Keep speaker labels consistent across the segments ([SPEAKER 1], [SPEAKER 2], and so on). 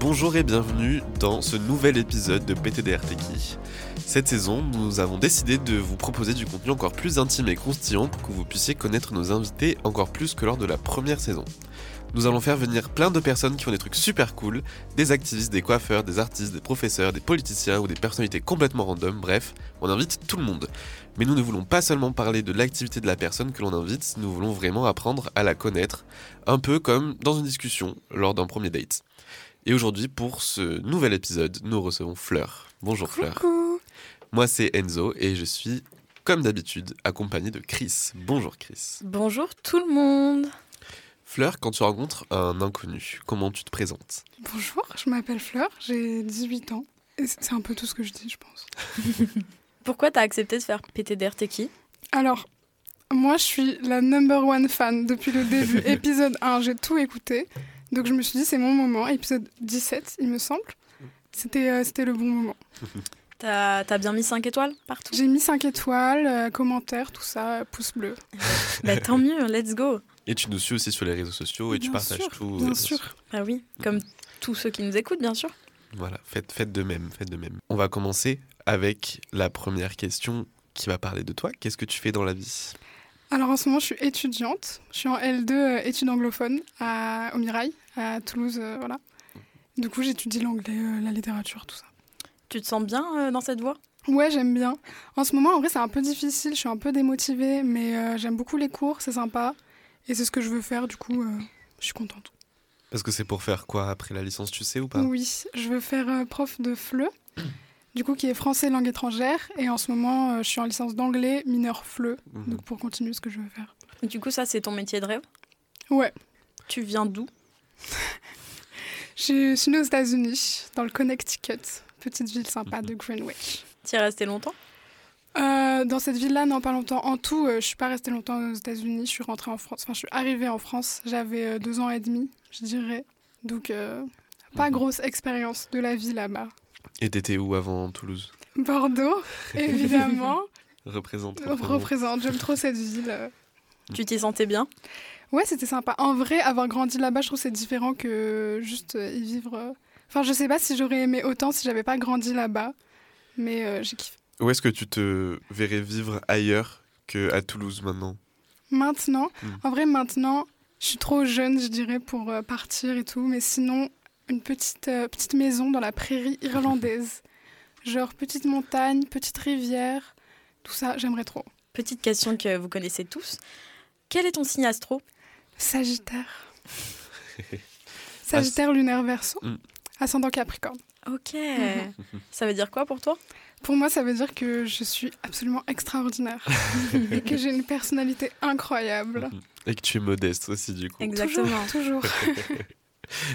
[SPEAKER 1] Bonjour et bienvenue dans ce nouvel épisode de PTDR Techie. Cette saison, nous avons décidé de vous proposer du contenu encore plus intime et croustillant pour que vous puissiez connaître nos invités encore plus que lors de la première saison. Nous allons faire venir plein de personnes qui font des trucs super cool, des activistes, des coiffeurs, des artistes, des professeurs, des politiciens ou des personnalités complètement random, bref, on invite tout le monde. Mais nous ne voulons pas seulement parler de l'activité de la personne que l'on invite, nous voulons vraiment apprendre à la connaître, un peu comme dans une discussion lors d'un premier date. Et aujourd'hui, pour ce nouvel épisode, nous recevons Fleur. Bonjour Fleur.
[SPEAKER 2] Coucou.
[SPEAKER 1] Moi, c'est Enzo et je suis, comme d'habitude, accompagné de Chris. Bonjour Chris.
[SPEAKER 2] Bonjour tout le monde.
[SPEAKER 1] Fleur, quand tu rencontres un inconnu, comment tu te présentes
[SPEAKER 3] Bonjour, je m'appelle Fleur, j'ai 18 ans. Et c- c'est un peu tout ce que je dis, je pense.
[SPEAKER 2] Pourquoi t'as accepté de faire PTDR T'es qui
[SPEAKER 3] Alors, moi, je suis la number one fan depuis le début. épisode 1, j'ai tout écouté. Donc, je me suis dit, c'est mon moment. Épisode 17, il me semble. C'était euh, c'était le bon moment.
[SPEAKER 2] T'as t'as bien mis 5 étoiles partout
[SPEAKER 3] J'ai mis 5 étoiles, euh, commentaires, tout ça, euh, pouce bleu.
[SPEAKER 2] Bah tant mieux, let's go
[SPEAKER 1] Et tu nous suis aussi sur les réseaux sociaux et tu
[SPEAKER 3] Bien
[SPEAKER 1] partages
[SPEAKER 3] sûr,
[SPEAKER 1] tout. euh,
[SPEAKER 3] bien sûr.
[SPEAKER 2] Bah oui, comme tous ceux qui nous écoutent bien sûr.
[SPEAKER 1] Voilà, faites, faites de même, faites de même. On va commencer avec la première question qui va parler de toi. Qu'est-ce que tu fais dans la vie
[SPEAKER 3] Alors, en ce moment, je suis étudiante. Je suis en L2 euh, études anglophones à, au Mirail, à Toulouse, euh, voilà. Du coup, j'étudie l'anglais, euh, la littérature, tout ça.
[SPEAKER 2] Tu te sens bien euh, dans cette voie
[SPEAKER 3] Ouais, j'aime bien. En ce moment, en vrai, c'est un peu difficile. Je suis un peu démotivée, mais euh, j'aime beaucoup les cours, c'est sympa. Et c'est ce que je veux faire, du coup, euh, je suis contente.
[SPEAKER 1] Parce que c'est pour faire quoi après la licence, tu sais ou pas
[SPEAKER 3] Oui, je veux faire euh, prof de FLE, du coup, qui est français langue étrangère. Et en ce moment, euh, je suis en licence d'anglais, mineur FLE,
[SPEAKER 1] Mhm.
[SPEAKER 3] donc pour continuer ce que je veux faire.
[SPEAKER 2] Du coup ça c'est ton métier de rêve
[SPEAKER 3] Ouais,
[SPEAKER 2] Tu viens d'où
[SPEAKER 3] je suis née aux États-Unis, dans le Connecticut, petite ville sympa de Greenwich.
[SPEAKER 2] T'y es resté longtemps
[SPEAKER 3] Euh, dans cette ville-là, non, pas longtemps. En tout, euh, je suis pas restée longtemps aux États-Unis. Je suis rentrée en France. Enfin, je suis arrivée en France. J'avais euh, deux ans et demi, je dirais. Donc, euh, pas grosse expérience de la vie là-bas.
[SPEAKER 1] Et t'étais où avant Toulouse
[SPEAKER 3] Bordeaux, évidemment,
[SPEAKER 1] Représente.
[SPEAKER 3] représente. J'aime trop cette ville. euh.
[SPEAKER 2] Tu t'y sentais bien
[SPEAKER 3] Ouais, c'était sympa. En vrai, avoir grandi là-bas, je trouve que c'est différent que juste euh, y vivre. euh. Enfin, je sais pas si j'aurais aimé autant si j'avais pas grandi là-bas. Mais euh, j'ai kiffé.
[SPEAKER 1] Où est-ce que tu te verrais vivre ailleurs que à Toulouse maintenant
[SPEAKER 3] Maintenant,
[SPEAKER 1] Mm.
[SPEAKER 3] en vrai, maintenant, je suis trop jeune, je dirais, pour euh, partir et tout. Mais sinon, une petite, euh, petite maison dans la prairie irlandaise. Genre, petite montagne, petite rivière, tout ça, j'aimerais trop.
[SPEAKER 2] Petite question que vous connaissez tous. Quel est ton signe astro
[SPEAKER 3] Sagittaire. Sagittaire lunaire verso,
[SPEAKER 1] Mm.
[SPEAKER 3] ascendant Capricorne.
[SPEAKER 2] Ok.
[SPEAKER 3] Mhm.
[SPEAKER 2] Ça veut dire quoi pour toi
[SPEAKER 3] Pour moi, ça veut dire que je suis absolument extraordinaire et que j'ai une personnalité incroyable.
[SPEAKER 1] Et que tu es modeste aussi du coup.
[SPEAKER 2] Exactement.
[SPEAKER 3] Toujours.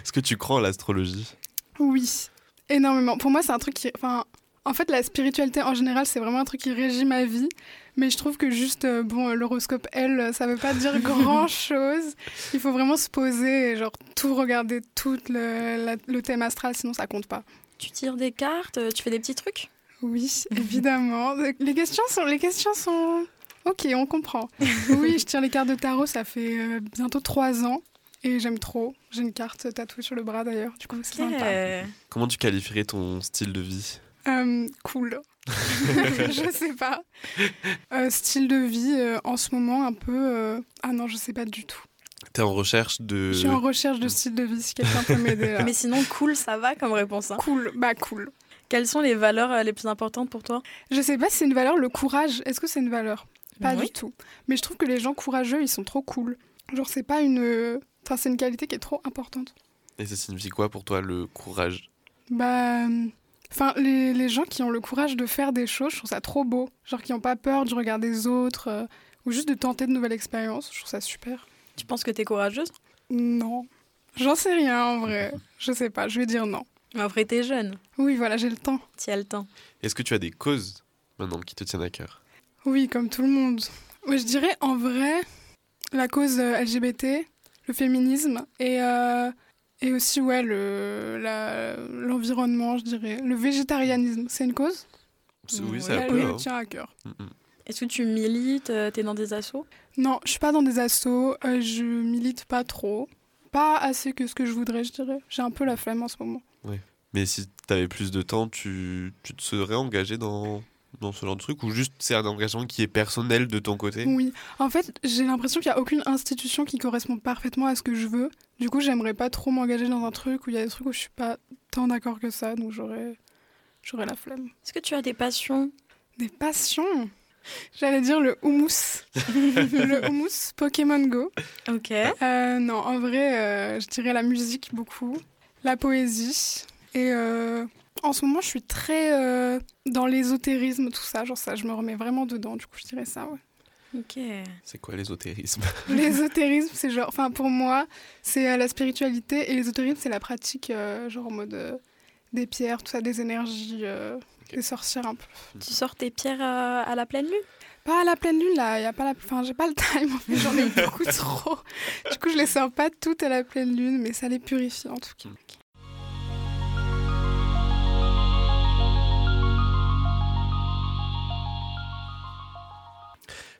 [SPEAKER 1] Est-ce que tu crois en l'astrologie
[SPEAKER 3] Oui, énormément. Pour moi, c'est un truc qui. Enfin, en fait, la spiritualité en général, c'est vraiment un truc qui régit ma vie. Mais je trouve que juste, euh, bon, euh, l'horoscope, elle, euh, ça veut pas dire grand chose. Il faut vraiment se poser et, genre, tout regarder, tout le, la- le thème astral, sinon ça compte pas.
[SPEAKER 2] Tu tires des cartes, euh, tu fais des petits trucs
[SPEAKER 3] Oui, évidemment. les questions sont. Les questions sont... Ok, on comprend. Oui, je tire les cartes de tarot, ça fait euh, bientôt trois ans. Et j'aime trop. J'ai une carte tatouée sur le bras d'ailleurs. Du coup, c'est sympa.
[SPEAKER 2] Ok.
[SPEAKER 1] Comment tu qualifierais ton style de vie
[SPEAKER 3] Euh, cool. je sais pas. Euh, style de vie euh, en ce moment un peu. euh, Ah non, je sais pas du tout.
[SPEAKER 1] T'es en recherche de.
[SPEAKER 3] Je suis en recherche de style de vie si quelqu'un peut m'aider là.
[SPEAKER 2] Mais sinon, cool, ça va comme réponse. hein.
[SPEAKER 3] Cool, bah cool.
[SPEAKER 2] Quelles sont les valeurs euh, les plus importantes pour toi
[SPEAKER 3] Je sais pas si c'est une valeur le courage. Est-ce que c'est une valeur Pas
[SPEAKER 2] Oui.
[SPEAKER 3] du tout. Mais je trouve que les gens courageux ils sont trop cool. Genre c'est pas une. euh, Enfin c'est une qualité qui est trop importante.
[SPEAKER 1] Et ça signifie quoi pour toi le courage
[SPEAKER 3] Bah. euh, Enfin, les, les gens qui ont le courage de faire des choses, je trouve ça trop beau. Genre qui n'ont pas peur du regard des autres euh, ou juste de tenter de nouvelles expériences, je trouve ça super.
[SPEAKER 2] Tu penses que t'es courageuse
[SPEAKER 3] Non. J'en sais rien en vrai. Je sais pas, je vais dire non.
[SPEAKER 2] Mais Après, t'es jeune,
[SPEAKER 3] Oui, voilà, j'ai le temps.
[SPEAKER 2] t'y as le temps.
[SPEAKER 1] Est-ce que tu as des causes maintenant qui te tiennent à cœur
[SPEAKER 3] Oui, comme tout le monde. Ouais, je dirais en vrai la cause euh, LGBT, le féminisme et, euh, et aussi ouais, le, la- l'environnement, je dirais. Le végétarianisme, c'est une cause
[SPEAKER 1] C'est-
[SPEAKER 2] Oui,
[SPEAKER 1] Oui, ça
[SPEAKER 3] Elle
[SPEAKER 1] peut.
[SPEAKER 3] me
[SPEAKER 1] hein.
[SPEAKER 3] tient à cœur.
[SPEAKER 1] Mm, mm.
[SPEAKER 2] Est-ce que tu milites euh, T'es dans des assos
[SPEAKER 3] Non, je suis pas dans des assos, euh, je milite pas trop. Pas assez que ce que je voudrais, je dirais. J'ai un peu la flemme en ce moment.
[SPEAKER 1] Mais si t'avais plus de temps, tu, tu te serais engagé dans, dans ce genre de truc ou juste c'est un engagement qui est personnel de ton côté
[SPEAKER 3] Oui. En fait, j'ai l'impression qu'il n'y a aucune institution qui correspond parfaitement à ce que je veux. Du coup, j'aimerais pas trop m'engager dans un truc où il y a des trucs où je suis pas tant d'accord que ça, donc j'aurais j'aurais la flemme.
[SPEAKER 2] Est-ce que tu as des passions
[SPEAKER 3] Des passions J'allais dire le houmous. le houmous Pokémon Go.
[SPEAKER 2] Ok.
[SPEAKER 3] Euh, non, en vrai, euh, je dirais la musique beaucoup, la poésie. Et euh, en ce moment, je suis très euh, dans l'ésotérisme, tout ça. Genre, ça, je me remets vraiment dedans. Du coup, je dirais ça, ouais.
[SPEAKER 2] Ok.
[SPEAKER 1] C'est quoi l'ésotérisme
[SPEAKER 3] L'ésotérisme, c'est genre, enfin, pour moi, c'est euh, la spiritualité. Et l'ésotérisme, c'est la pratique, euh, genre en mode euh, des pierres, tout ça, des énergies, euh, des sorcières un peu.
[SPEAKER 2] Tu sors tes pierres euh, à la pleine lune
[SPEAKER 3] Pas à la pleine lune, là. Y a pas la... Enfin, j'ai pas le time, en fait, J'en ai beaucoup trop. Du coup, je les sors pas toutes à la pleine lune, mais ça les purifie, en tout cas.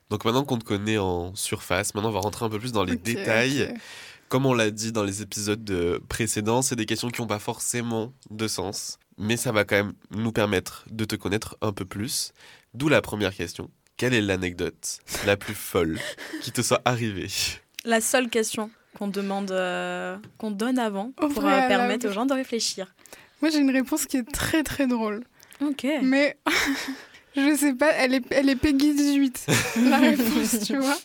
[SPEAKER 1] Donc maintenant qu'on te connaît en surface, maintenant on va rentrer un peu plus dans les
[SPEAKER 3] Ok,
[SPEAKER 1] détails.
[SPEAKER 3] ok.
[SPEAKER 1] Comme on l'a dit dans les épisodes euh, précédents, c'est des questions qui n'ont pas forcément de sens, mais ça va quand même nous permettre de te connaître un peu plus. D'où la première question. Quelle est l'anecdote la plus folle qui te soit arrivée
[SPEAKER 2] La seule question qu'on demande, euh, qu'on donne avant
[SPEAKER 3] Au
[SPEAKER 2] pour euh,
[SPEAKER 3] préalable.
[SPEAKER 2] permettre aux gens de réfléchir.
[SPEAKER 3] Moi, j'ai une réponse qui est très, très drôle.
[SPEAKER 2] Ok.
[SPEAKER 3] Mais je sais pas, elle est, elle est Peggy 18, la réponse, tu vois.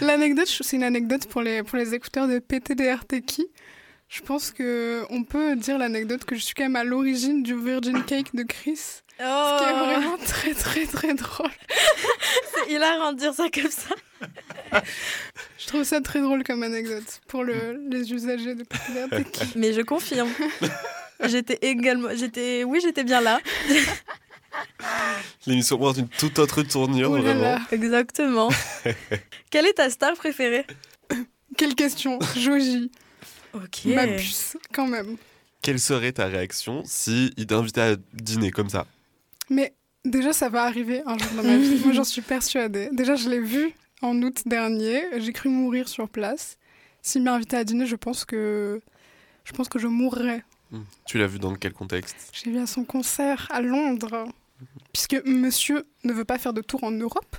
[SPEAKER 3] L'anecdote, je- c'est une anecdote pour les, pour les écouteurs de PTDRT qui. Je pense que on peut dire l'anecdote que je suis quand même à l'origine du Virgin Cake de Chris, ce qui est
[SPEAKER 2] Oh.
[SPEAKER 3] vraiment très très très drôle.
[SPEAKER 2] C'est hilarant de dire ça comme ça.
[SPEAKER 3] Je trouve ça très drôle comme anecdote pour le, les usagers de PTDRT qui.
[SPEAKER 2] Mais je confirme. j'étais également. J'étais. Oui, j'étais bien là.
[SPEAKER 1] L'émission prend une toute autre tournure,
[SPEAKER 3] Oh là
[SPEAKER 1] vraiment.
[SPEAKER 3] là,
[SPEAKER 2] Exactement. Quelle est ta star préférée
[SPEAKER 3] quelle question, Joji,
[SPEAKER 2] Ok.
[SPEAKER 3] ma puce, quand même.
[SPEAKER 1] Quelle serait ta réaction si il t'invitait à dîner comme ça
[SPEAKER 3] Mais déjà, ça va arriver un jour dans ma vie. Moi, j'en suis persuadée. Déjà, je l'ai vu en août dernier. J'ai cru mourir sur place. S'il m'a invité à dîner, je pense que je pense que je mourrais.
[SPEAKER 1] Hmm. Tu l'as vu dans quel contexte
[SPEAKER 3] J'ai vu à son concert à Londres, puisque Monsieur ne veut pas faire de tour en Europe.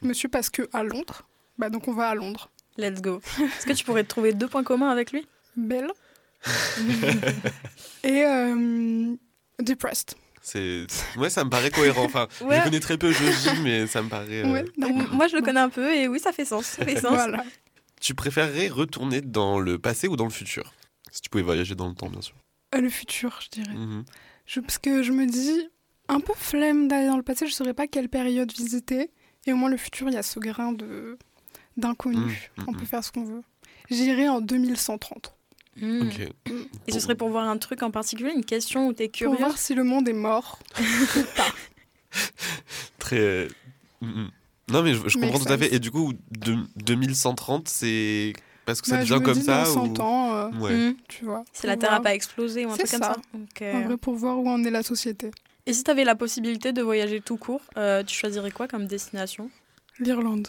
[SPEAKER 3] Monsieur parce que à Londres. Bah donc on va à Londres.
[SPEAKER 2] Let's go. Est-ce que tu pourrais trouver deux points communs avec lui
[SPEAKER 3] Belle. Et euh, depressed.
[SPEAKER 1] C'est ouais, ça me paraît cohérent. Enfin,
[SPEAKER 2] Ouais.
[SPEAKER 1] je connais très peu Joji, mais ça me paraît. euh,
[SPEAKER 3] Ouais, d'accord.
[SPEAKER 2] Moi, je le connais un peu et oui, ça fait sens. Ça fait sens.
[SPEAKER 3] Voilà.
[SPEAKER 1] Tu préférerais retourner dans le passé ou dans le futur Si tu pouvais voyager dans le temps, bien sûr.
[SPEAKER 3] Euh, Le futur, je dirais.
[SPEAKER 1] Mhm.
[SPEAKER 3] Je- parce que je me dis, un peu flemme d'aller dans le passé, je ne saurais pas quelle période visiter. Et au moins, le futur, il y a ce grain de d'inconnu.
[SPEAKER 1] Mm, mm,
[SPEAKER 3] On
[SPEAKER 1] mm.
[SPEAKER 3] peut faire ce qu'on veut. J'irai en 2130 Mm.
[SPEAKER 2] Hmm.
[SPEAKER 1] Ok.
[SPEAKER 2] Et ce serait pour voir un truc en particulier, une question où t'es
[SPEAKER 3] pour
[SPEAKER 2] curieux.
[SPEAKER 3] voir si le monde est mort.
[SPEAKER 1] Très. Mhm. Non, mais je, je
[SPEAKER 3] Make
[SPEAKER 1] comprends tout à fait.
[SPEAKER 3] sense.
[SPEAKER 1] Et du coup, de- 2130, c'est parce que ça
[SPEAKER 3] Bah, je
[SPEAKER 1] devient
[SPEAKER 3] me
[SPEAKER 1] comme
[SPEAKER 3] dis
[SPEAKER 1] ça
[SPEAKER 3] dans 100
[SPEAKER 1] ou... Mmh.
[SPEAKER 3] ans, euh,
[SPEAKER 1] Ouais.
[SPEAKER 2] Hmm.
[SPEAKER 3] tu vois.
[SPEAKER 2] C'est la
[SPEAKER 3] pour
[SPEAKER 2] Terre
[SPEAKER 3] voir-
[SPEAKER 2] a pas explosé ou un
[SPEAKER 3] C'est
[SPEAKER 2] truc comme ça.
[SPEAKER 3] ça.
[SPEAKER 2] Ok.
[SPEAKER 3] En vrai, pour voir où en est la société.
[SPEAKER 2] Et si t'avais la possibilité de voyager tout court, euh, tu choisirais quoi comme destination
[SPEAKER 3] L'Irlande.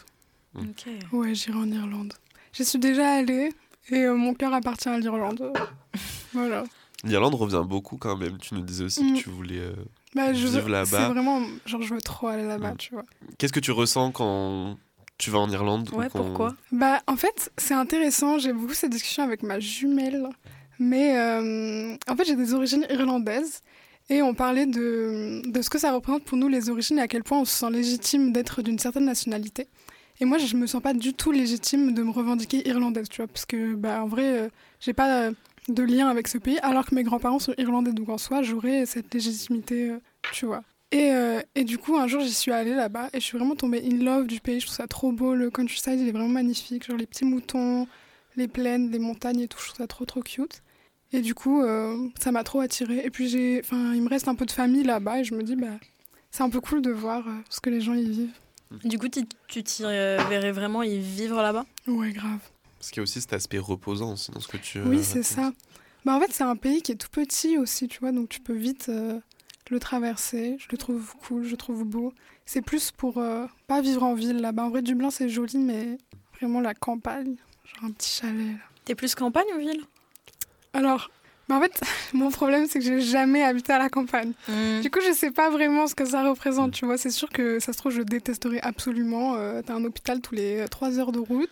[SPEAKER 1] Hmm.
[SPEAKER 2] Ok.
[SPEAKER 3] Ouais, j'irai en Irlande. J'y suis déjà allée et euh, mon cœur appartient à l'Irlande. voilà.
[SPEAKER 1] L'Irlande revient beaucoup quand même. Tu nous disais aussi
[SPEAKER 3] Mhm.
[SPEAKER 1] que tu voulais. euh,
[SPEAKER 3] Bah, je,
[SPEAKER 1] Vivre là-bas.
[SPEAKER 3] C'est vraiment, genre, je veux trop aller là-bas,
[SPEAKER 1] Mm.
[SPEAKER 3] tu vois.
[SPEAKER 1] Qu'est-ce que tu ressens quand tu vas en Irlande ou
[SPEAKER 2] Ouais,
[SPEAKER 1] quand-
[SPEAKER 2] pourquoi
[SPEAKER 3] Bah, en fait, c'est intéressant. J'ai beaucoup cette discussion avec ma jumelle. Mais euh, en fait, j'ai des origines irlandaises. Et on parlait de, de ce que ça représente pour nous, les origines, et à quel point on se sent légitime d'être d'une certaine nationalité. Et moi, je me sens pas du tout légitime de me revendiquer irlandaise, tu vois, parce que, bah, en vrai, euh, j'ai pas euh, de lien avec ce pays, alors que mes grands-parents sont irlandais, donc en soi, j'aurais cette légitimité, euh, tu vois. Et, euh, et du coup, un jour, j'y suis allée là-bas et je suis vraiment tombée in love du pays. Je trouve ça trop beau. Le countryside, il est vraiment magnifique. Genre les petits moutons, les plaines, les montagnes et tout. Je trouve ça trop, trop cute. Et du coup, euh, ça m'a trop attirée. Et puis, j'ai, enfin, il me reste un peu de famille là-bas et je me dis, bah, c'est un peu cool de voir euh, ce que les gens y vivent.
[SPEAKER 2] Du coup, t'y- tu t'y euh, verrais vraiment y vivre là-bas
[SPEAKER 3] Ouais, grave.
[SPEAKER 1] Parce qu'il y a aussi cet aspect reposant, sinon ce que tu. euh,
[SPEAKER 3] Oui, c'est
[SPEAKER 1] racontes.
[SPEAKER 3] ça. Bah, en fait, c'est un pays qui est tout petit aussi, tu vois, donc tu peux vite euh, le traverser. Je le trouve cool, je le trouve beau. C'est plus pour euh, pas vivre en ville là-bas. En vrai, Dublin, c'est joli, mais vraiment la campagne, genre un petit chalet. là.
[SPEAKER 2] T'es plus campagne ou ville
[SPEAKER 3] Alors, Mais en fait, mon problème, c'est que j'ai jamais habité à la campagne.
[SPEAKER 2] Mm.
[SPEAKER 1] Hmm.
[SPEAKER 3] Du coup, je sais pas vraiment ce que ça
[SPEAKER 1] Mm.
[SPEAKER 3] représente, tu vois. C'est sûr que ça se trouve, je détesterais absolument. Euh, t'as un hôpital tous les 3 heures de route,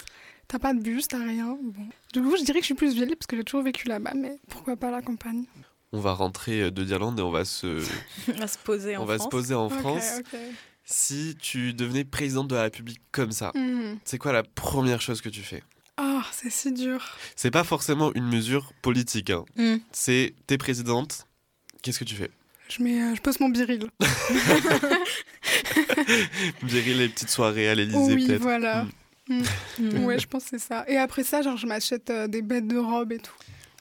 [SPEAKER 3] t'as pas de bus, t'as rien. Bon. Du coup, je dirais que je suis plus ville parce que j'ai toujours vécu là-bas, mais pourquoi pas la campagne
[SPEAKER 1] On va rentrer euh, de l'Irlande et on va se,
[SPEAKER 2] On va se poser en
[SPEAKER 1] on va se
[SPEAKER 2] France.
[SPEAKER 1] poser en
[SPEAKER 3] Ok,
[SPEAKER 1] France.
[SPEAKER 3] ok.
[SPEAKER 1] Si tu devenais présidente de la République comme ça,
[SPEAKER 3] Hmm.
[SPEAKER 1] c'est quoi la première chose que tu fais
[SPEAKER 3] Oh, c'est si dur.
[SPEAKER 1] C'est pas forcément une mesure politique. hein.
[SPEAKER 2] Mm.
[SPEAKER 1] C'est t'es présidente, qu'est-ce que tu fais
[SPEAKER 3] Je, mets, euh, je pose mon biril.
[SPEAKER 1] Virer les petites soirées à l'Élysée
[SPEAKER 3] Oh Oui,
[SPEAKER 1] peut-être.
[SPEAKER 3] voilà.
[SPEAKER 1] Mm.
[SPEAKER 2] Mm.
[SPEAKER 3] Ouais, je pense que c'est ça. Et après ça, genre, je m'achète euh, des bêtes de robes et tout.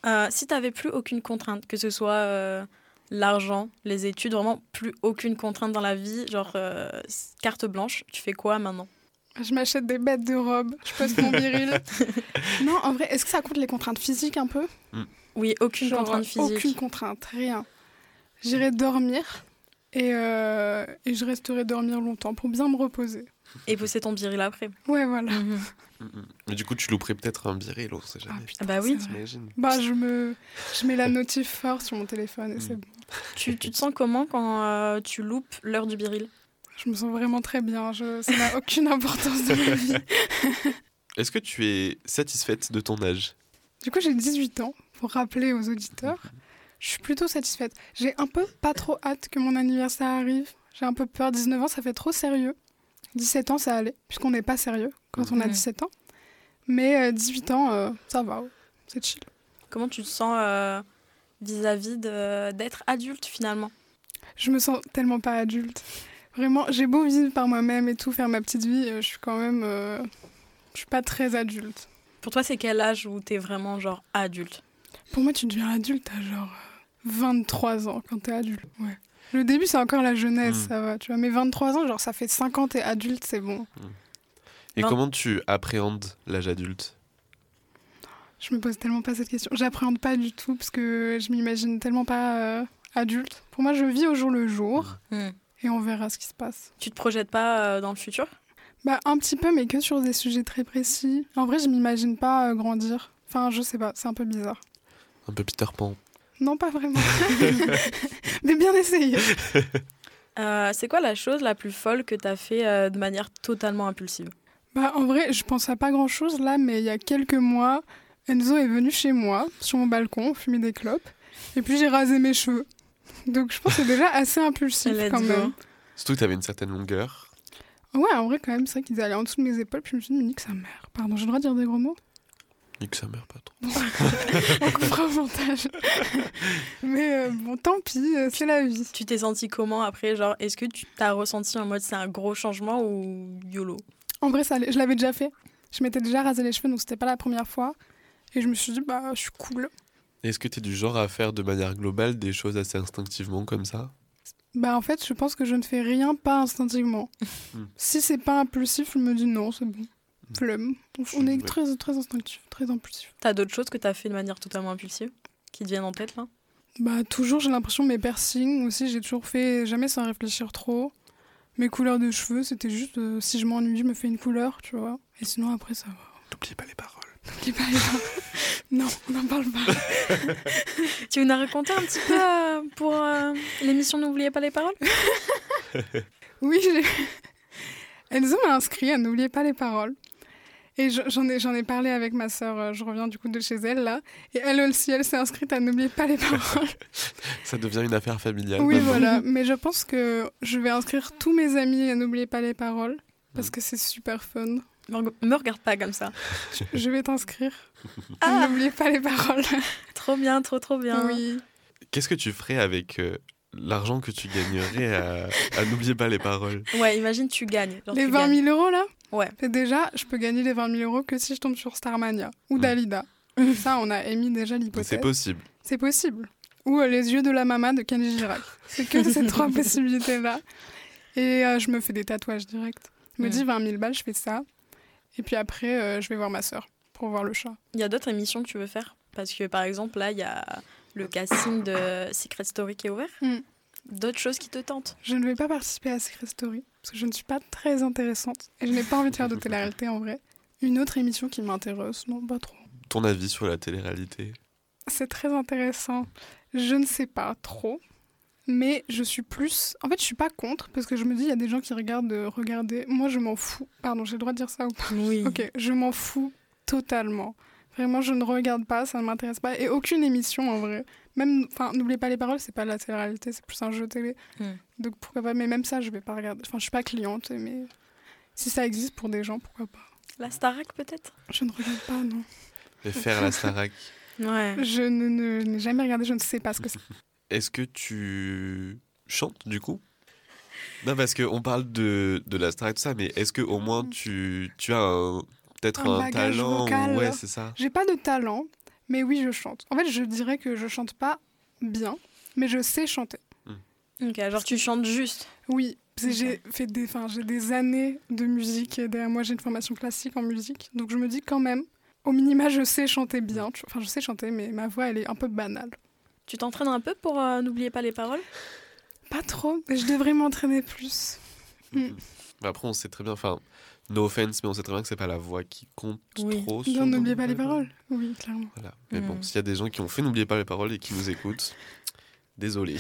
[SPEAKER 2] Euh, si t'avais plus aucune contrainte, que ce soit euh, l'argent, les études, vraiment plus aucune contrainte dans la vie, genre euh, s- carte blanche, tu fais quoi maintenant
[SPEAKER 3] Je m'achète des bêtes de robes. Je pose mon biril. non, en vrai, est-ce que ça compte les contraintes physiques un peu
[SPEAKER 2] Oui, aucune
[SPEAKER 3] Genre,
[SPEAKER 2] contrainte physique.
[SPEAKER 3] Aucune contrainte, rien. J'irai dormir et, euh, et je resterai dormir longtemps pour bien me reposer.
[SPEAKER 2] Et pousser ton biril après.
[SPEAKER 3] Ouais, voilà.
[SPEAKER 1] Mm, mm. Mais du coup, tu louperais peut-être un biril, on sait jamais.
[SPEAKER 3] Ah, putain,
[SPEAKER 2] Ah bah oui,
[SPEAKER 3] c'est vrai.
[SPEAKER 1] T'imagines
[SPEAKER 3] Bah, je, me, je mets la notif fort sur mon téléphone et c'est bon.
[SPEAKER 2] tu, tu te sens comment quand euh, tu loupes l'heure du biril
[SPEAKER 3] Je me sens vraiment très bien. Je, ça n'a aucune importance dans ma vie.
[SPEAKER 1] Est-ce que tu es satisfaite de ton âge
[SPEAKER 3] Du coup, j'ai 18 ans, pour rappeler aux auditeurs. Je suis plutôt satisfaite. J'ai un peu pas trop hâte que mon anniversaire arrive. J'ai un peu peur. 19 ans, ça fait trop sérieux. 17 ans, ça allait, puisqu'on n'est pas sérieux quand on a
[SPEAKER 2] Mhm.
[SPEAKER 3] 17 ans. Mais euh, 18 ans, euh, ça va, ouais. c'est chill.
[SPEAKER 2] Comment tu te sens euh, vis-à-vis de- d'être adulte finalement
[SPEAKER 3] Je me sens tellement pas adulte. Vraiment, j'ai beau vivre par moi-même et tout, faire ma petite vie, euh, je suis quand même. euh, je suis pas très adulte.
[SPEAKER 2] Pour toi, c'est quel âge où t'es vraiment genre adulte
[SPEAKER 3] Pour moi, tu deviens adulte à genre euh, 23 ans quand t'es adulte. Ouais. Le début, c'est encore la jeunesse,
[SPEAKER 1] Mm.
[SPEAKER 3] ça va, tu vois. Mais 23 ans, genre, ça fait 5 ans, t'es adulte, c'est bon.
[SPEAKER 1] Et
[SPEAKER 2] Non.
[SPEAKER 1] comment tu appréhendes l'âge adulte
[SPEAKER 3] Je me pose tellement pas cette question. J'appréhende pas du tout parce que je m'imagine tellement pas euh, adulte. Pour moi, je vis au jour le jour
[SPEAKER 2] Hmm.
[SPEAKER 3] et on verra ce qui se passe.
[SPEAKER 2] Tu te projettes pas euh, dans le futur
[SPEAKER 3] Bah, un petit peu, mais que sur des sujets très précis. En vrai, je m'imagine pas euh, grandir. Enfin, je sais pas, c'est un peu bizarre.
[SPEAKER 1] Un peu Peter Pan.
[SPEAKER 3] Non, pas vraiment. mais bien essayé.
[SPEAKER 2] Euh, C'est quoi la chose la plus folle que t'as fait euh, de manière totalement impulsive
[SPEAKER 3] Bah, en vrai, je pense à pas grand chose là, mais il y a quelques mois, Enzo est venu chez moi, sur mon balcon, fumer des clopes. Et puis, j'ai rasé mes cheveux. Donc, je pense que c'est déjà assez impulsif
[SPEAKER 2] Let's
[SPEAKER 3] quand
[SPEAKER 2] go.
[SPEAKER 3] même.
[SPEAKER 1] Surtout que t'avais une certaine longueur.
[SPEAKER 3] Ouais, en vrai, quand même, c'est vrai qu'ils allaient en dessous de mes épaules, puis je me suis dit, mais nique sa mère. Pardon, j'ai le droit de dire des gros mots
[SPEAKER 1] Nique sa mère, pas trop.
[SPEAKER 3] On coupera au montage. mais euh, bon, tant pis, euh, c'est la vie.
[SPEAKER 2] Tu t'es senti comment après Genre, est-ce que tu t'as ressenti en mode c'est un gros changement ou YOLO
[SPEAKER 3] En vrai, ça allait. Je l'avais déjà fait. Je m'étais déjà rasé les cheveux, donc c'était pas la première fois. Et je me suis dit, bah, je suis cool.
[SPEAKER 1] Est-ce que t'es du genre à faire de manière globale des choses assez instinctivement comme ça
[SPEAKER 3] Bah, en fait, je pense que je ne fais rien pas instinctivement.
[SPEAKER 1] Hmm.
[SPEAKER 3] si c'est pas impulsif, je me dis non, c'est bon. Flemme. On- On
[SPEAKER 1] Ouais.
[SPEAKER 3] est très, très instinctif, très impulsif.
[SPEAKER 2] T'as d'autres choses que t'as fait de manière totalement impulsive qui te viennent en tête là
[SPEAKER 3] Bah, toujours, j'ai l'impression, mes piercings aussi, j'ai toujours fait jamais sans réfléchir trop. Mes couleurs de cheveux, c'était juste euh, si je m'ennuie, je me fais une couleur, tu vois. Et sinon, après, ça va.
[SPEAKER 1] N'oublie pas les paroles.
[SPEAKER 3] N'oublie pas, les gens. non, on n'en parle pas.
[SPEAKER 2] Tu nous as raconté un petit peu euh, pour euh, l'émission N'oubliez pas les paroles
[SPEAKER 3] Oui, j'ai- Enzo m'a inscrit à N'oubliez pas les paroles. Et je- j'en ai, j'en ai parlé avec ma sœur, euh, je reviens du coup de chez elle là. Et elle aussi, elle s'est inscrite à N'oubliez pas les paroles.
[SPEAKER 1] Ça devient une affaire familiale.
[SPEAKER 3] oui,
[SPEAKER 1] maintenant.
[SPEAKER 3] voilà. Mais je pense que je vais inscrire tous mes amis à N'oubliez pas les paroles. Parce que c'est super fun.
[SPEAKER 2] Me reg- Me regarde pas comme ça.
[SPEAKER 3] Je vais t'inscrire.
[SPEAKER 2] Ah.
[SPEAKER 3] à N'oubliez pas les paroles.
[SPEAKER 2] Trop bien, trop trop bien.
[SPEAKER 3] Oui.
[SPEAKER 1] Qu'est-ce que tu ferais avec euh, l'argent que tu gagnerais à, à N'oublie pas les paroles
[SPEAKER 2] Ouais, imagine tu gagnes. Genre,
[SPEAKER 3] Les
[SPEAKER 2] tu
[SPEAKER 3] 20
[SPEAKER 2] gagnes.
[SPEAKER 3] 000 euros là
[SPEAKER 2] Ouais.
[SPEAKER 3] Et déjà, je peux gagner les 20 000 euros que si je tombe sur Starmania ou
[SPEAKER 1] Mm.
[SPEAKER 3] Dalida. Ça, on a émis déjà
[SPEAKER 1] C'est
[SPEAKER 3] l'hypothèse.
[SPEAKER 1] possible.
[SPEAKER 3] C'est possible. Ou euh, Les yeux de la maman de Kenji Girac. C'est que ces trois possibilités-là. Et euh, je me fais des tatouages directs. Je me
[SPEAKER 2] Mm.
[SPEAKER 3] dis 20 000 balles, je fais ça. Et puis après, euh, je vais voir ma sœur pour voir le chat.
[SPEAKER 2] Il y a d'autres émissions que tu veux faire Parce que par exemple, là, il y a le casting de Secret Story qui est ouvert.
[SPEAKER 3] Mm.
[SPEAKER 2] D'autres choses qui te tentent
[SPEAKER 3] Je ne vais pas participer à Secret Story parce que je ne suis pas très intéressante et je n'ai pas envie de faire de télé-réalité en vrai. Une autre émission qui m'intéresse, non, pas trop.
[SPEAKER 1] Ton avis sur la télé-réalité
[SPEAKER 3] C'est très intéressant. Je ne sais pas trop, mais je suis plus. En fait, je suis pas contre parce que je me dis, il y a des gens qui regardent, euh, regardez. Moi, je m'en fous. Pardon, j'ai le droit de dire ça ou pas
[SPEAKER 2] Oui.
[SPEAKER 3] Ok, je m'en fous totalement. Vraiment, je ne regarde pas, ça ne m'intéresse pas. Et aucune émission en vrai. Même, enfin, n'oubliez pas les paroles, c'est pas de la télé-réalité, c'est plus un jeu télé.
[SPEAKER 2] Mm.
[SPEAKER 3] Donc pourquoi pas, mais même ça, je vais pas regarder. Enfin, je suis pas cliente, mais si ça existe pour des gens, pourquoi pas.
[SPEAKER 2] La Starac peut-être
[SPEAKER 3] Je ne regarde pas, non.
[SPEAKER 1] Et faire la Starac.
[SPEAKER 2] Ouais.
[SPEAKER 3] Je ne- ne- n'ai jamais regardé, je ne sais pas ce que c'est.
[SPEAKER 1] Est-ce que tu chantes du coup Non, parce qu'on parle de, de la star et tout ça, mais est-ce que au moins tu, tu as un- peut-être
[SPEAKER 3] Mm. Un
[SPEAKER 1] un,
[SPEAKER 3] bagage
[SPEAKER 1] talent ou-
[SPEAKER 3] vocal.
[SPEAKER 1] Ouais, c'est ça.
[SPEAKER 3] J'ai pas de talent, mais oui, je chante. En fait, je dirais que je chante pas bien, mais je sais chanter.
[SPEAKER 2] Ok, genre tu chantes juste.
[SPEAKER 3] Oui, parce que j'ai fait des, enfin, j'ai des années de musique et derrière moi j'ai une formation classique en musique, donc je me dis quand même, au minima, je sais chanter bien. tu vois. Enfin, je sais chanter, mais ma voix elle est un peu banale.
[SPEAKER 2] Tu t'entraînes un peu pour euh, N'oubliez pas les paroles
[SPEAKER 3] Pas trop, mais je devrais m'entraîner plus. Mm.
[SPEAKER 1] Mais Bah, Après, on sait très bien, enfin, no offense, mais on sait très bien que c'est pas la voix qui compte
[SPEAKER 2] Oui.
[SPEAKER 1] trop. sur
[SPEAKER 3] Non, n'oubliez pas les
[SPEAKER 1] Google.
[SPEAKER 3] paroles. Oui, clairement.
[SPEAKER 1] Voilà. Mais bon,
[SPEAKER 2] Mm.
[SPEAKER 1] s'il y a des gens qui ont fait N'oubliez pas les paroles et qui nous écoutent, désolé.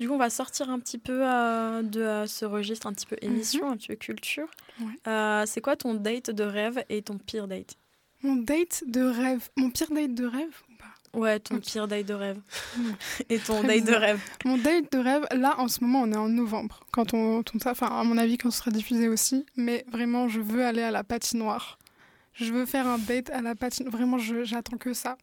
[SPEAKER 2] Du coup, on va sortir un petit peu euh, de euh, ce registre, un petit peu émission, un petit peu culture.
[SPEAKER 3] Mhm. Ouais.
[SPEAKER 2] Euh, c'est quoi ton date de rêve et ton pire date
[SPEAKER 3] Mon date de rêve, mon pire date de rêve ou pas
[SPEAKER 2] Ouais, ton
[SPEAKER 3] Ok.
[SPEAKER 2] pire date de rêve.
[SPEAKER 3] Mm.
[SPEAKER 2] et ton
[SPEAKER 3] Très
[SPEAKER 2] date de
[SPEAKER 3] bizarre.
[SPEAKER 2] rêve.
[SPEAKER 3] Mon date de rêve, là en ce moment on est en novembre, quand on, on- ça, enfin à mon avis quand ce sera diffusé aussi, mais vraiment je veux aller à la patinoire. Je veux faire un date à la patinoire, vraiment je- j'attends que ça.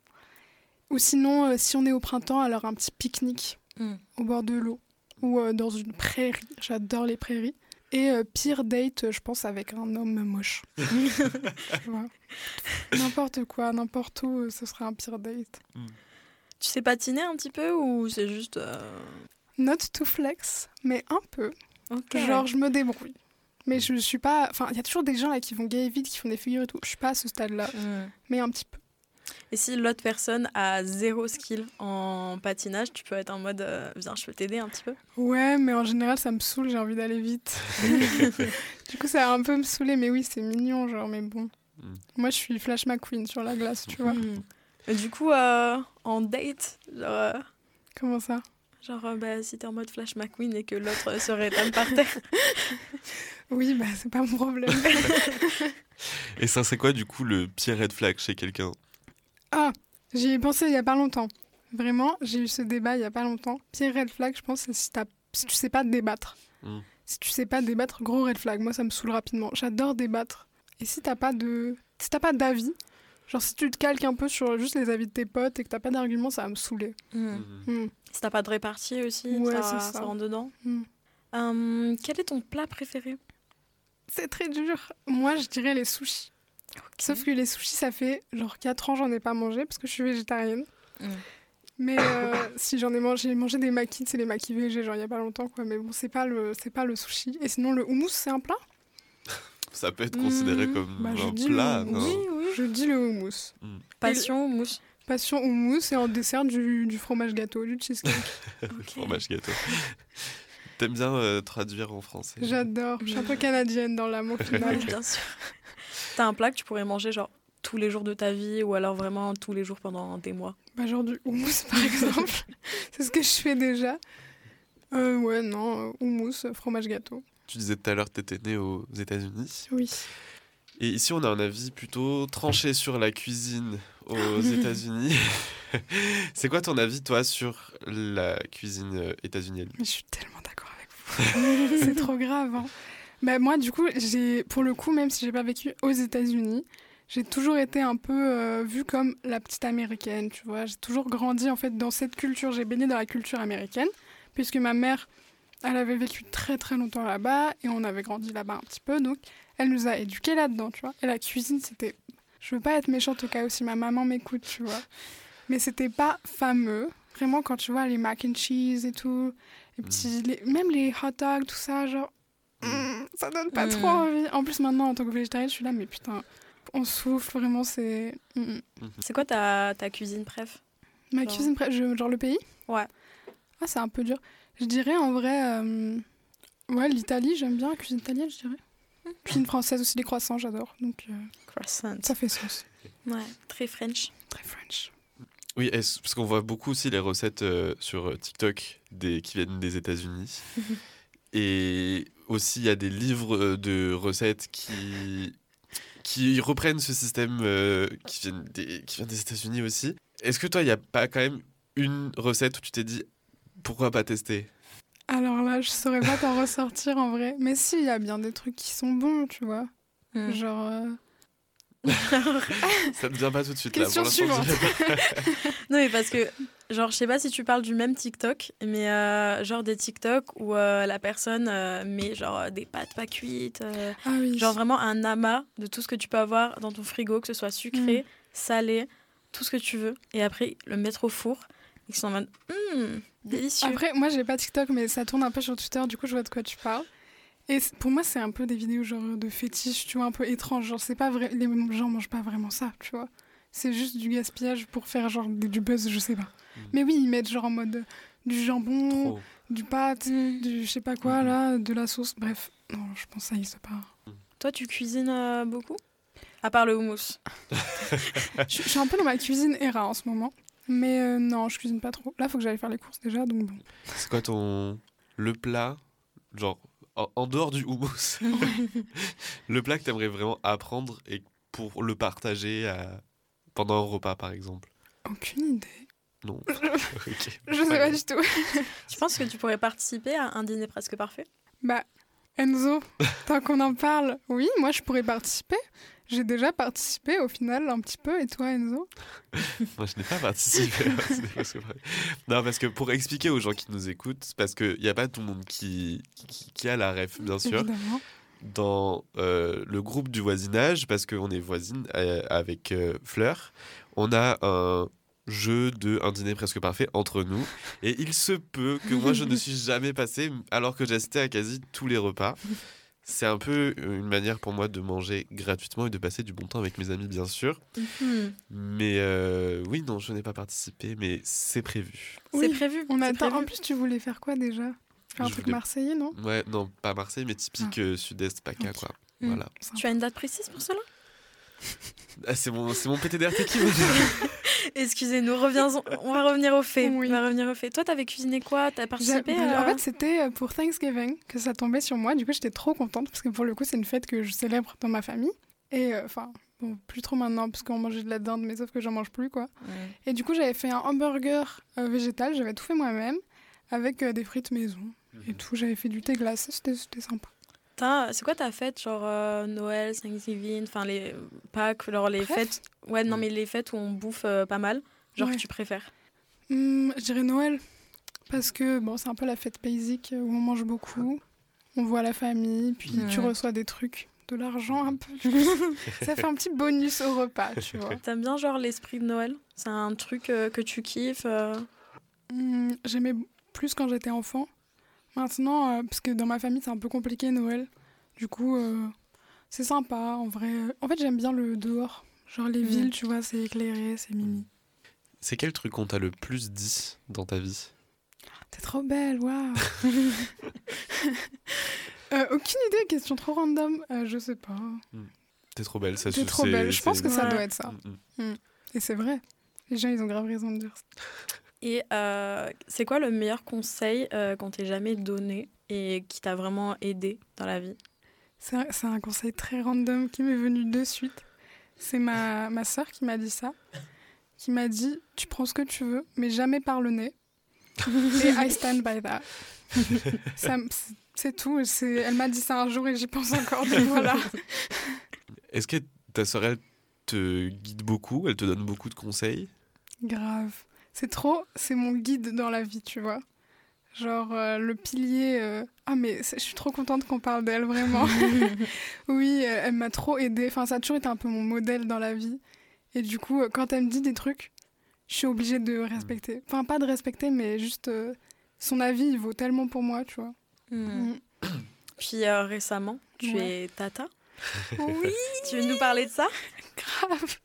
[SPEAKER 3] Ou sinon euh, si on est au printemps, alors un petit pique-nique
[SPEAKER 2] Mm.
[SPEAKER 3] au bord de l'eau ou euh, dans une prairie, j'adore les prairies. Et euh, pire date, euh, je pense avec un homme moche. Tu vois. N'importe quoi, n'importe où, euh, ce sera un pire date.
[SPEAKER 2] Tu sais patiner un petit peu ou c'est juste. euh,
[SPEAKER 3] Not to flex, mais un peu.
[SPEAKER 2] Ok.
[SPEAKER 3] Genre, je me débrouille. Mais je suis pas. Enfin, il y a toujours des gens là qui vont gay vite, qui font des figures et tout. Je suis pas à ce stade-là,
[SPEAKER 2] Mm.
[SPEAKER 3] mais un petit peu.
[SPEAKER 2] Et si l'autre personne a zéro skill en patinage, tu peux être en mode euh, Viens, je peux t'aider un petit peu.
[SPEAKER 3] Ouais, mais en général, ça me saoule, j'ai envie d'aller vite. du coup, ça a un peu me saoulé, mais oui, c'est mignon, genre, mais bon.
[SPEAKER 1] Mm.
[SPEAKER 3] Moi, je suis Flash McQueen sur la glace, tu vois.
[SPEAKER 2] Mm. Et Du coup, euh, en date, genre, euh,
[SPEAKER 3] Comment ça
[SPEAKER 2] genre, euh, bah, si t'es en mode Flash McQueen et que l'autre euh, se rétame par terre.
[SPEAKER 3] Oui, bah, c'est pas mon problème.
[SPEAKER 1] Et ça, c'est quoi du coup le pire red flag chez quelqu'un
[SPEAKER 3] ah, j'y ai pensé il y a pas longtemps. Vraiment, j'ai eu ce débat il y a pas longtemps. Pire red flag, je pense, c'est si, t'as- si tu sais pas débattre.
[SPEAKER 1] Mm.
[SPEAKER 3] Si tu sais pas débattre, gros red flag. Moi, ça me saoule rapidement. J'adore débattre. Et si t'as pas de, si t'as pas d'avis, genre si tu te calques un peu sur juste les avis de tes potes et que t'as pas d'argument, ça va me saouler.
[SPEAKER 2] Mm.
[SPEAKER 3] Mm.
[SPEAKER 2] Si t'as pas de répartie aussi,
[SPEAKER 3] Ouais,
[SPEAKER 2] ça,
[SPEAKER 3] c'est
[SPEAKER 2] ça.
[SPEAKER 3] ça.
[SPEAKER 2] rentre dedans.
[SPEAKER 3] Mm.
[SPEAKER 2] Euh, quel est ton plat préféré
[SPEAKER 3] C'est très dur. Moi, je dirais les sushis. Sauf que les sushis, ça fait genre 4 ans, j'en ai pas mangé parce que je suis végétarienne.
[SPEAKER 2] Mm.
[SPEAKER 3] Mais euh, si j'en ai mangé, j'ai mangé des maquis, c'est les maquis végé, genre il y a pas longtemps quoi. Mais bon, c'est pas le, c'est pas le sushi. Et sinon, le houmous, c'est un plat
[SPEAKER 1] Ça peut être considéré
[SPEAKER 2] Mmh,
[SPEAKER 1] comme
[SPEAKER 3] bah, je
[SPEAKER 1] un
[SPEAKER 3] dis
[SPEAKER 1] plat,
[SPEAKER 3] oui.
[SPEAKER 1] non
[SPEAKER 2] oui.
[SPEAKER 3] Je dis le houmous.
[SPEAKER 2] Passion, mousse.
[SPEAKER 3] Passion houmous et en dessert du, du fromage gâteau, du cheesecake.
[SPEAKER 1] Le
[SPEAKER 2] bah,
[SPEAKER 1] fromage gâteau. T'aimes bien euh, traduire en français
[SPEAKER 3] J'adore. Je suis un peu canadienne dans l'amour final.
[SPEAKER 2] Ouais, bien sûr. T'as un plat que tu pourrais manger genre tous les jours de ta vie ou alors vraiment tous les jours pendant des mois.
[SPEAKER 3] Bah, genre du houmous, par exemple. c'est ce que je fais déjà. Euh, ouais, non, euh, houmous, euh, fromage gâteau.
[SPEAKER 1] Tu disais tout à l'heure que t'étais né aux États-Unis.
[SPEAKER 3] Oui.
[SPEAKER 1] Et ici, on a un avis plutôt tranché sur la cuisine aux États-Unis. c'est quoi ton avis, toi, sur la cuisine euh, états-unienne
[SPEAKER 3] Mais je suis tellement d'accord avec vous. c'est trop grave. hein. Bah, moi, du coup, j'ai, pour le coup, même si j'ai pas vécu aux États-Unis, j'ai toujours été un peu euh, vue comme la petite américaine, tu vois. J'ai toujours grandi en fait dans cette culture. J'ai baigné dans la culture américaine, puisque ma mère, elle avait vécu très très longtemps là-bas et on avait grandi là-bas un petit peu, donc elle nous a éduqués là-dedans, tu vois. Et la cuisine, c'était. Je veux pas être méchante au cas où si ma maman m'écoute, tu vois. Mais c'était pas fameux. Vraiment, quand tu vois les mac and cheese et tout, les petits, les- même les hot dogs, tout ça, genre,
[SPEAKER 1] Mm.
[SPEAKER 3] mm, ça donne pas
[SPEAKER 2] Mm.
[SPEAKER 3] trop envie. En plus, maintenant, en tant que végétarienne, je suis là, mais putain, on souffle vraiment, c'est. Mm, mm.
[SPEAKER 2] C'est quoi ta, ta cuisine préf
[SPEAKER 3] Ma
[SPEAKER 2] Genre.
[SPEAKER 3] cuisine, pré- je- genre le pays
[SPEAKER 2] Ouais.
[SPEAKER 3] Ah, c'est un peu dur. Je dirais en vrai, euh, ouais, l'Italie, j'aime bien, la cuisine italienne, je dirais.
[SPEAKER 2] Mm.
[SPEAKER 3] Cuisine française aussi, les croissants, j'adore, donc euh,
[SPEAKER 2] Croissant.
[SPEAKER 3] ça fait sens.
[SPEAKER 2] Ouais, très French.
[SPEAKER 3] Très French.
[SPEAKER 1] Oui, et c- parce qu'on voit beaucoup aussi les recettes euh, sur TikTok des, qui viennent des États-Unis. et aussi, il y a des livres euh, de recettes qui, qui reprennent ce système euh, qui, vient des, qui vient des États-Unis aussi. Est-ce que toi, il n'y a pas quand même une recette où tu t'es dit pourquoi pas tester
[SPEAKER 3] Alors là, je saurais pas t'en ressortir en vrai. Mais si, il y a bien des trucs qui sont bons, tu vois.
[SPEAKER 2] Mm.
[SPEAKER 3] Genre. euh,
[SPEAKER 1] Ça ne vient pas tout de suite
[SPEAKER 3] Question
[SPEAKER 1] là. Pour l'instant, je dirais
[SPEAKER 2] Non, mais parce que, genre, je sais pas si tu parles du même TikTok, mais euh, genre des TikTok où euh, la personne euh, met genre euh, des pâtes pas cuites, euh,
[SPEAKER 3] Ah oui.
[SPEAKER 2] genre vraiment un amas de tout ce que tu peux avoir dans ton frigo, que ce soit
[SPEAKER 3] Mm.
[SPEAKER 2] sucré, salé, tout ce que tu veux, et après le mettre au four, et qu'ils sont en mode, Hum, délicieux.
[SPEAKER 3] Après, moi, j'ai pas TikTok, mais ça tourne un peu sur Twitter. Du coup, je vois de quoi tu parles. Et c- pour moi, c'est un peu des vidéos genre de fétiche, tu vois, un peu étrange. Genre, c'est pas vrai. Les gens mangent pas vraiment ça, tu vois. C'est juste du gaspillage pour faire genre des- du buzz, je sais pas.
[SPEAKER 1] Mm.
[SPEAKER 3] Mais oui, ils mettent genre en mode euh, du jambon,
[SPEAKER 1] trop.
[SPEAKER 3] du pâte, du je sais pas quoi
[SPEAKER 1] Mhm.
[SPEAKER 3] là, de la sauce. Bref, non, je pense que ça existe pas.
[SPEAKER 2] Toi, tu cuisines euh, beaucoup À part le houmous.
[SPEAKER 3] Je, je suis un peu dans ma cuisine era en ce moment. Mais euh, non, je cuisine pas trop. Là, faut que j'aille faire les courses déjà, donc bon.
[SPEAKER 1] C'est quoi ton. Le plat, genre, en, en dehors du houmous, le plat que t'aimerais vraiment apprendre et pour le partager à- pendant un repas, par exemple
[SPEAKER 3] Aucune idée.
[SPEAKER 1] Non. Ok.
[SPEAKER 3] Je sais pas du tout.
[SPEAKER 2] Tu penses que tu pourrais participer à un dîner presque parfait
[SPEAKER 3] Bah, Enzo, tant qu'on en parle, oui, moi je pourrais participer. J'ai déjà participé au final un petit peu. Et toi, Enzo
[SPEAKER 1] Moi, je n'ai pas participé. à ce débat, c'est vrai. non, parce que pour expliquer aux gens qui nous écoutent, parce qu'il n'y a pas tout le monde qui, qui, qui a la ref, bien sûr,
[SPEAKER 3] Évidemment.
[SPEAKER 1] dans euh, le groupe du voisinage, parce qu'on est voisine euh, avec euh, Fleur, on a un jeu de un dîner presque parfait entre nous. Et il se peut que moi, je ne suis jamais passé, alors que j'assistais à quasi tous les repas. C'est un peu euh, une manière pour moi de manger gratuitement et de passer du bon temps avec mes amis, bien sûr.
[SPEAKER 3] Mm-hmm.
[SPEAKER 1] Mais euh, oui, non, je n'ai pas participé, mais c'est prévu.
[SPEAKER 2] C'est
[SPEAKER 3] Oui,
[SPEAKER 2] prévu.
[SPEAKER 3] On
[SPEAKER 2] c'est
[SPEAKER 3] attend. En
[SPEAKER 2] prévu.
[SPEAKER 3] plus, tu voulais faire quoi déjà Faire un
[SPEAKER 1] Je
[SPEAKER 3] truc
[SPEAKER 1] voulais-
[SPEAKER 3] marseillais, non
[SPEAKER 1] Ouais, non, pas Marseille, mais typique euh, sud-est, PACA,
[SPEAKER 3] Ah. Ok.
[SPEAKER 1] quoi.
[SPEAKER 3] Mm.
[SPEAKER 1] Voilà.
[SPEAKER 3] Ça-
[SPEAKER 2] Tu as une date précise pour cela
[SPEAKER 1] Ah, c'est mon, c'est mon PTDRT qui
[SPEAKER 2] Excusez-nous, reviens-en- on va revenir aux faits.
[SPEAKER 3] Oui.
[SPEAKER 2] On va revenir aux faits. Toi, t'avais cuisiné quoi T'as
[SPEAKER 3] J'a-
[SPEAKER 2] participé
[SPEAKER 3] bah,
[SPEAKER 2] à-
[SPEAKER 3] En fait, c'était pour Thanksgiving que ça tombait sur moi. Du coup, j'étais trop contente parce que pour le coup, c'est une fête que je célèbre dans ma famille. Et euh, enfin, bon, plus trop maintenant parce qu'on mangeait de la dinde, mais sauf que j'en mange plus quoi. Et du coup, j'avais fait un hamburger euh, végétal. J'avais tout fait moi-même avec euh, des frites maison
[SPEAKER 1] Mhm.
[SPEAKER 3] et tout. J'avais fait du thé glacé. C'était c'était sympa.
[SPEAKER 2] T'as- C'est quoi ta fête Genre euh, Noël, Thanksgiving, enfin les Pâques, genre les
[SPEAKER 3] Bref.
[SPEAKER 2] fêtes. Ouais, non, mais les fêtes où on bouffe euh, pas mal. Genre
[SPEAKER 3] Ouais.
[SPEAKER 2] que tu préfères.
[SPEAKER 3] Hum, je dirais Noël parce que bon, c'est un peu la fête paisique où on mange beaucoup, on voit la famille, puis
[SPEAKER 2] Ouais.
[SPEAKER 3] tu reçois des trucs, de l'argent un peu. ça fait un petit bonus au repas, tu vois.
[SPEAKER 2] T'aimes bien genre l'esprit de Noël C'est un truc euh, que tu kiffes euh,
[SPEAKER 3] Hum, J'aimais plus quand j'étais enfant. Maintenant, euh, parce que dans ma famille, c'est un peu compliqué Noël. Du coup, euh, c'est sympa en vrai. En fait, j'aime bien le dehors. Genre les
[SPEAKER 2] Mhm.
[SPEAKER 3] villes, tu vois, c'est éclairé, c'est mimi.
[SPEAKER 1] C'est quel truc qu'on t'a le plus dit dans ta vie
[SPEAKER 3] T'es trop belle, waouh! Euh, aucune idée, question trop random. Euh, je sais pas.
[SPEAKER 1] T'es trop belle, ça
[SPEAKER 3] T'es
[SPEAKER 1] se-
[SPEAKER 3] trop
[SPEAKER 1] c'est-
[SPEAKER 3] belle. Je pense
[SPEAKER 1] c'est-
[SPEAKER 3] que ça
[SPEAKER 2] Ouais.
[SPEAKER 3] doit être ça.
[SPEAKER 1] Mm, mm.
[SPEAKER 3] Et c'est vrai. Les gens, ils ont grave raison de dire ça.
[SPEAKER 2] Et euh, c'est quoi le meilleur conseil euh, qu'on t'ait jamais donné et qui t'a vraiment aidé dans la vie
[SPEAKER 3] C'est un- C'est un conseil très random qui m'est venu de suite. C'est ma, ma soeur qui m'a dit ça. Qui m'a dit Tu prends ce que tu veux, mais jamais par le nez. et I stand by that. Ça m- c'est- c'est tout. C'est- Elle m'a dit ça un jour et j'y pense encore. donc voilà.
[SPEAKER 1] Est-ce que ta sœur, elle te guide beaucoup Elle te donne beaucoup de conseils
[SPEAKER 3] Grave. C'est trop. C'est mon guide dans la vie, tu vois. Genre euh, le pilier. euh, Ah, mais c'est- je suis trop contente qu'on parle d'elle, vraiment. Oui, elle, elle m'a trop aidée. Enfin, ça a toujours été un peu mon modèle dans la vie. Et du coup, euh, quand elle me dit des trucs, je suis obligée de respecter. Enfin, pas de respecter, mais juste euh, son avis, il vaut tellement pour moi, tu vois. Mm.
[SPEAKER 2] Hmm. Puis euh, récemment, tu
[SPEAKER 3] Ouais.
[SPEAKER 2] es tata.
[SPEAKER 3] Oui,
[SPEAKER 2] Tu veux nous parler de ça
[SPEAKER 3] grave.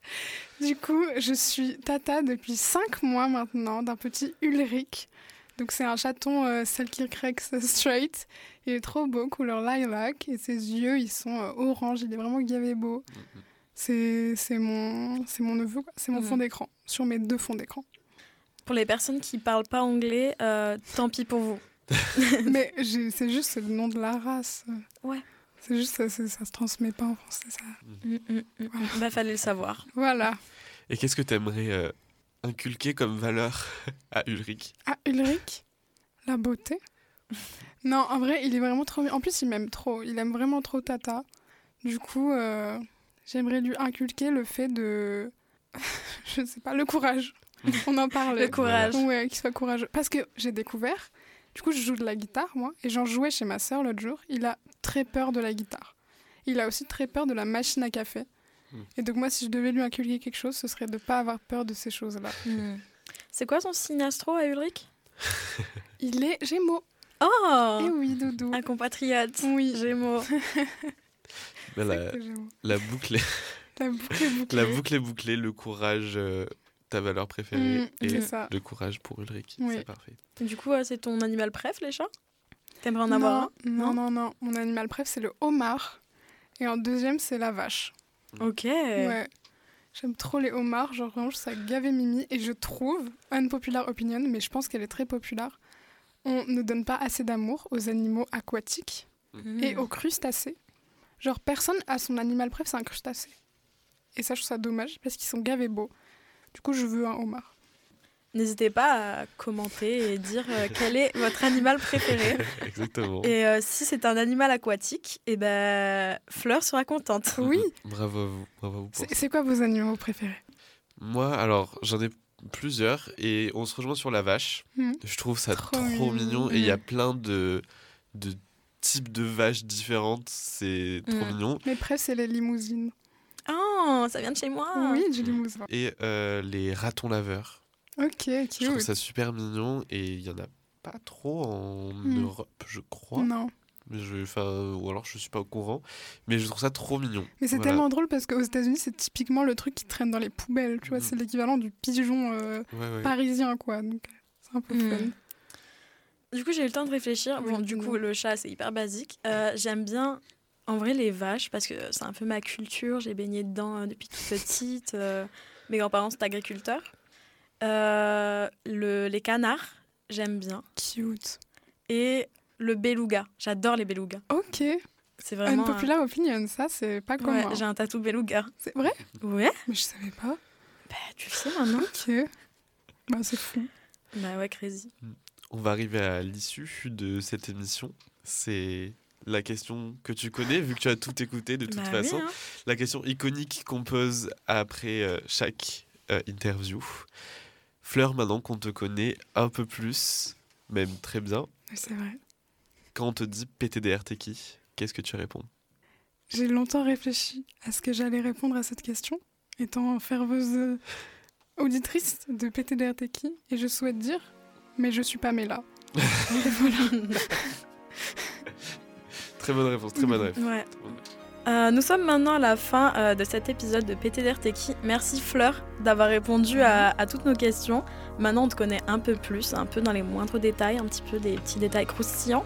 [SPEAKER 3] Du coup, je suis tata depuis 5 mois maintenant d'un petit Ulrich. Donc, c'est un chaton euh, Selkirkrex straight. Il est trop beau, couleur lilac. Et ses yeux, ils sont euh, orange. Il est vraiment gavé beau. C'est c'est mon, c'est mon neveu, quoi. c'est mon
[SPEAKER 2] Mhm.
[SPEAKER 3] fond d'écran, sur mes deux fonds d'écran.
[SPEAKER 2] Pour les personnes qui parlent pas anglais, euh, tant pis pour vous.
[SPEAKER 3] Mais j'ai- c'est juste c'est le nom de la race.
[SPEAKER 2] Ouais.
[SPEAKER 3] C'est juste ça, c'est- ça se transmet pas en français, ça.
[SPEAKER 2] Mm, mm, mm, mm. Bah, fallait le savoir.
[SPEAKER 3] Voilà.
[SPEAKER 1] Et qu'est-ce que t'aimerais euh, inculquer comme valeur à Ulrich
[SPEAKER 3] Ah, Ulrich La beauté Non, en vrai, il est vraiment trop... En plus, il m'aime trop. Il aime vraiment trop Tata. Du coup, euh, j'aimerais lui inculquer le fait de... Je sais pas, le courage. On en parle.
[SPEAKER 2] Le courage.
[SPEAKER 3] Ouais, qu'il soit courageux. Parce que j'ai découvert... Du coup, je joue de la guitare, moi. Et j'en jouais chez ma sœur l'autre jour. Il a très peur de la guitare. Il a aussi très peur de la machine à café.
[SPEAKER 1] Hmm.
[SPEAKER 3] Et donc moi, si je devais lui inculquer quelque chose, ce serait de pas avoir peur de ces choses-là.
[SPEAKER 2] Mm. C'est quoi son signe astro à Ulrich
[SPEAKER 3] Il est Gémeaux. Eh
[SPEAKER 2] Oh
[SPEAKER 3] oui, Doudou.
[SPEAKER 2] Un compatriote.
[SPEAKER 3] Oui,
[SPEAKER 2] Gémeaux.
[SPEAKER 1] Ben, la,
[SPEAKER 3] C'est que j'aime.
[SPEAKER 1] la boucle est,
[SPEAKER 3] La boucle est bouclée.
[SPEAKER 1] la boucle est bouclée, le courage, euh, ta valeur préférée
[SPEAKER 3] Mm,
[SPEAKER 1] et
[SPEAKER 3] c'est ça.
[SPEAKER 1] le courage pour Ulrich.
[SPEAKER 3] Oui.
[SPEAKER 1] C'est parfait.
[SPEAKER 2] Du coup, euh, c'est ton animal préf, les chats T'aimerais en avoir un
[SPEAKER 3] non, non, non, non. Mon animal préf, c'est le homard. Et en deuxième, c'est la vache.
[SPEAKER 2] Ok.
[SPEAKER 3] Ouais. J'aime trop les homards. Genre, vraiment, je trouve ça gavé mimi. Et je trouve, unpopular opinion, mais je pense qu'elle est très populaire. On ne donne pas assez d'amour aux animaux aquatiques
[SPEAKER 2] Mm.
[SPEAKER 3] et aux crustacés. Genre, personne a son animal préf, c'est un crustacé. Et ça, je trouve ça dommage parce qu'ils sont gavés beaux. Du coup, je veux un homard.
[SPEAKER 2] N'hésitez pas à commenter et dire euh, quel est votre animal préféré.
[SPEAKER 1] Exactement.
[SPEAKER 2] Et euh, si c'est un animal aquatique, et ben Fleur sera contente.
[SPEAKER 3] Oui.
[SPEAKER 1] Bravo à vous. Bravo à vous pour
[SPEAKER 3] C'est c'est quoi vos animaux préférés
[SPEAKER 1] Moi, alors, j'en ai plusieurs et on se rejoint sur la vache.
[SPEAKER 3] Mhm.
[SPEAKER 1] Je trouve ça
[SPEAKER 3] Trop
[SPEAKER 1] trop, mignon
[SPEAKER 3] mignon.
[SPEAKER 1] et il y a
[SPEAKER 2] Mhm.
[SPEAKER 1] plein de, de types de vaches différentes. C'est trop
[SPEAKER 3] Hmm.
[SPEAKER 2] Mhm.
[SPEAKER 1] mignon.
[SPEAKER 3] Mes préfs, c'est les limousines.
[SPEAKER 2] Oh, ça vient de chez moi.
[SPEAKER 3] Oui, du limousin.
[SPEAKER 1] Et euh, les ratons laveurs.
[SPEAKER 3] Ok,
[SPEAKER 1] Je trouve
[SPEAKER 3] cute.
[SPEAKER 1] ça super mignon et il y en a pas trop en
[SPEAKER 3] Mhm.
[SPEAKER 1] Europe, je crois.
[SPEAKER 3] Non,
[SPEAKER 1] Mais je, enfin, ou alors je suis pas au courant. Mais je trouve ça trop mignon.
[SPEAKER 3] mais c'est
[SPEAKER 1] Voilà.
[SPEAKER 3] tellement drôle parce qu'aux États-Unis, c'est typiquement le truc qui traîne dans les poubelles. Tu vois,
[SPEAKER 1] Mhm.
[SPEAKER 3] c'est l'équivalent du pigeon euh,
[SPEAKER 1] Ouais, ouais.
[SPEAKER 3] parisien, quoi. Donc, c'est un peu
[SPEAKER 2] Mhm.
[SPEAKER 3] fun.
[SPEAKER 2] Du coup, j'ai eu le temps de réfléchir.
[SPEAKER 3] Oui,
[SPEAKER 2] Bon, du
[SPEAKER 3] dis-moi.
[SPEAKER 2] coup, le chat, c'est hyper basique. Euh, J'aime bien, en vrai, les vaches parce que c'est un peu ma culture. J'ai baigné dedans euh, depuis toute petite. Euh, mes grands-parents sont agriculteurs. Euh, le- les canards, j'aime bien.
[SPEAKER 3] Cute.
[SPEAKER 2] Et le beluga. J'adore les belugas.
[SPEAKER 3] Ok.
[SPEAKER 2] C'est
[SPEAKER 3] Ah, Une
[SPEAKER 2] vraiment. un-
[SPEAKER 3] popular opinion, ça, c'est pas
[SPEAKER 2] Ouais,
[SPEAKER 3] commun.
[SPEAKER 2] j'ai un tatou beluga.
[SPEAKER 3] c'est vrai
[SPEAKER 2] Ouais
[SPEAKER 3] Mais je savais pas.
[SPEAKER 2] Bah, tu sais maintenant.
[SPEAKER 3] Ok. Bah, c'est fou.
[SPEAKER 2] Bah ouais, crazy.
[SPEAKER 1] On va arriver à l'issue de cette émission. C'est la question que tu connais, vu que tu as tout écouté de toute
[SPEAKER 2] bah
[SPEAKER 1] façon.
[SPEAKER 2] oui, hein.
[SPEAKER 1] La question iconique qu'on pose après euh, chaque euh, interview. Fleur, maintenant qu'on te connaît un peu plus, même très bien,
[SPEAKER 3] Mais C'est vrai.
[SPEAKER 1] quand on te dit PTDR, t'es qui Qu'est-ce que tu réponds
[SPEAKER 3] J'ai longtemps réfléchi à ce que j'allais répondre à cette question, étant ferveuse euh, auditrice de PTDR Teki, et je souhaite dire, mais je suis pas Mela. Et voilà.
[SPEAKER 1] Très bonne réponse, très bonne réponse.
[SPEAKER 2] Ouais. Euh, nous sommes maintenant à la fin euh, de cet épisode de PTDR Teki. Merci Fleur d'avoir répondu à, à toutes nos questions. Maintenant, on te connaît un peu plus, un peu dans les moindres détails, un petit peu des petits détails croustillants.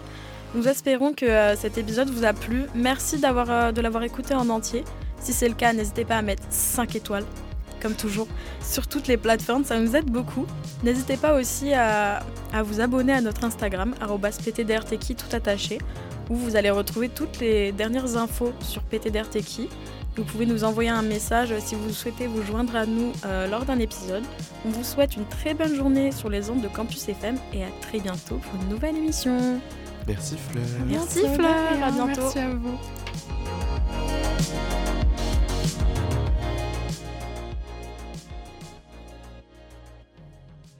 [SPEAKER 2] Nous espérons que euh, cet épisode vous a plu. Merci d'avoir euh, de l'avoir écouté en entier. Si c'est le cas, n'hésitez pas à mettre 5 étoiles, comme toujours, sur toutes les plateformes. Ça nous aide beaucoup. N'hésitez pas aussi à, à vous abonner à notre Instagram, arobase PTDRTeki, tout attaché où vous allez retrouver toutes les dernières infos sur PTDR Teki. Vous pouvez nous envoyer un message si vous souhaitez vous joindre à nous euh, lors d'un épisode. On vous souhaite une très bonne journée sur les ondes de Campus FM et à très bientôt pour une nouvelle émission.
[SPEAKER 1] Merci Fleur.
[SPEAKER 2] Merci, Fleur, à bientôt.
[SPEAKER 3] Merci à vous.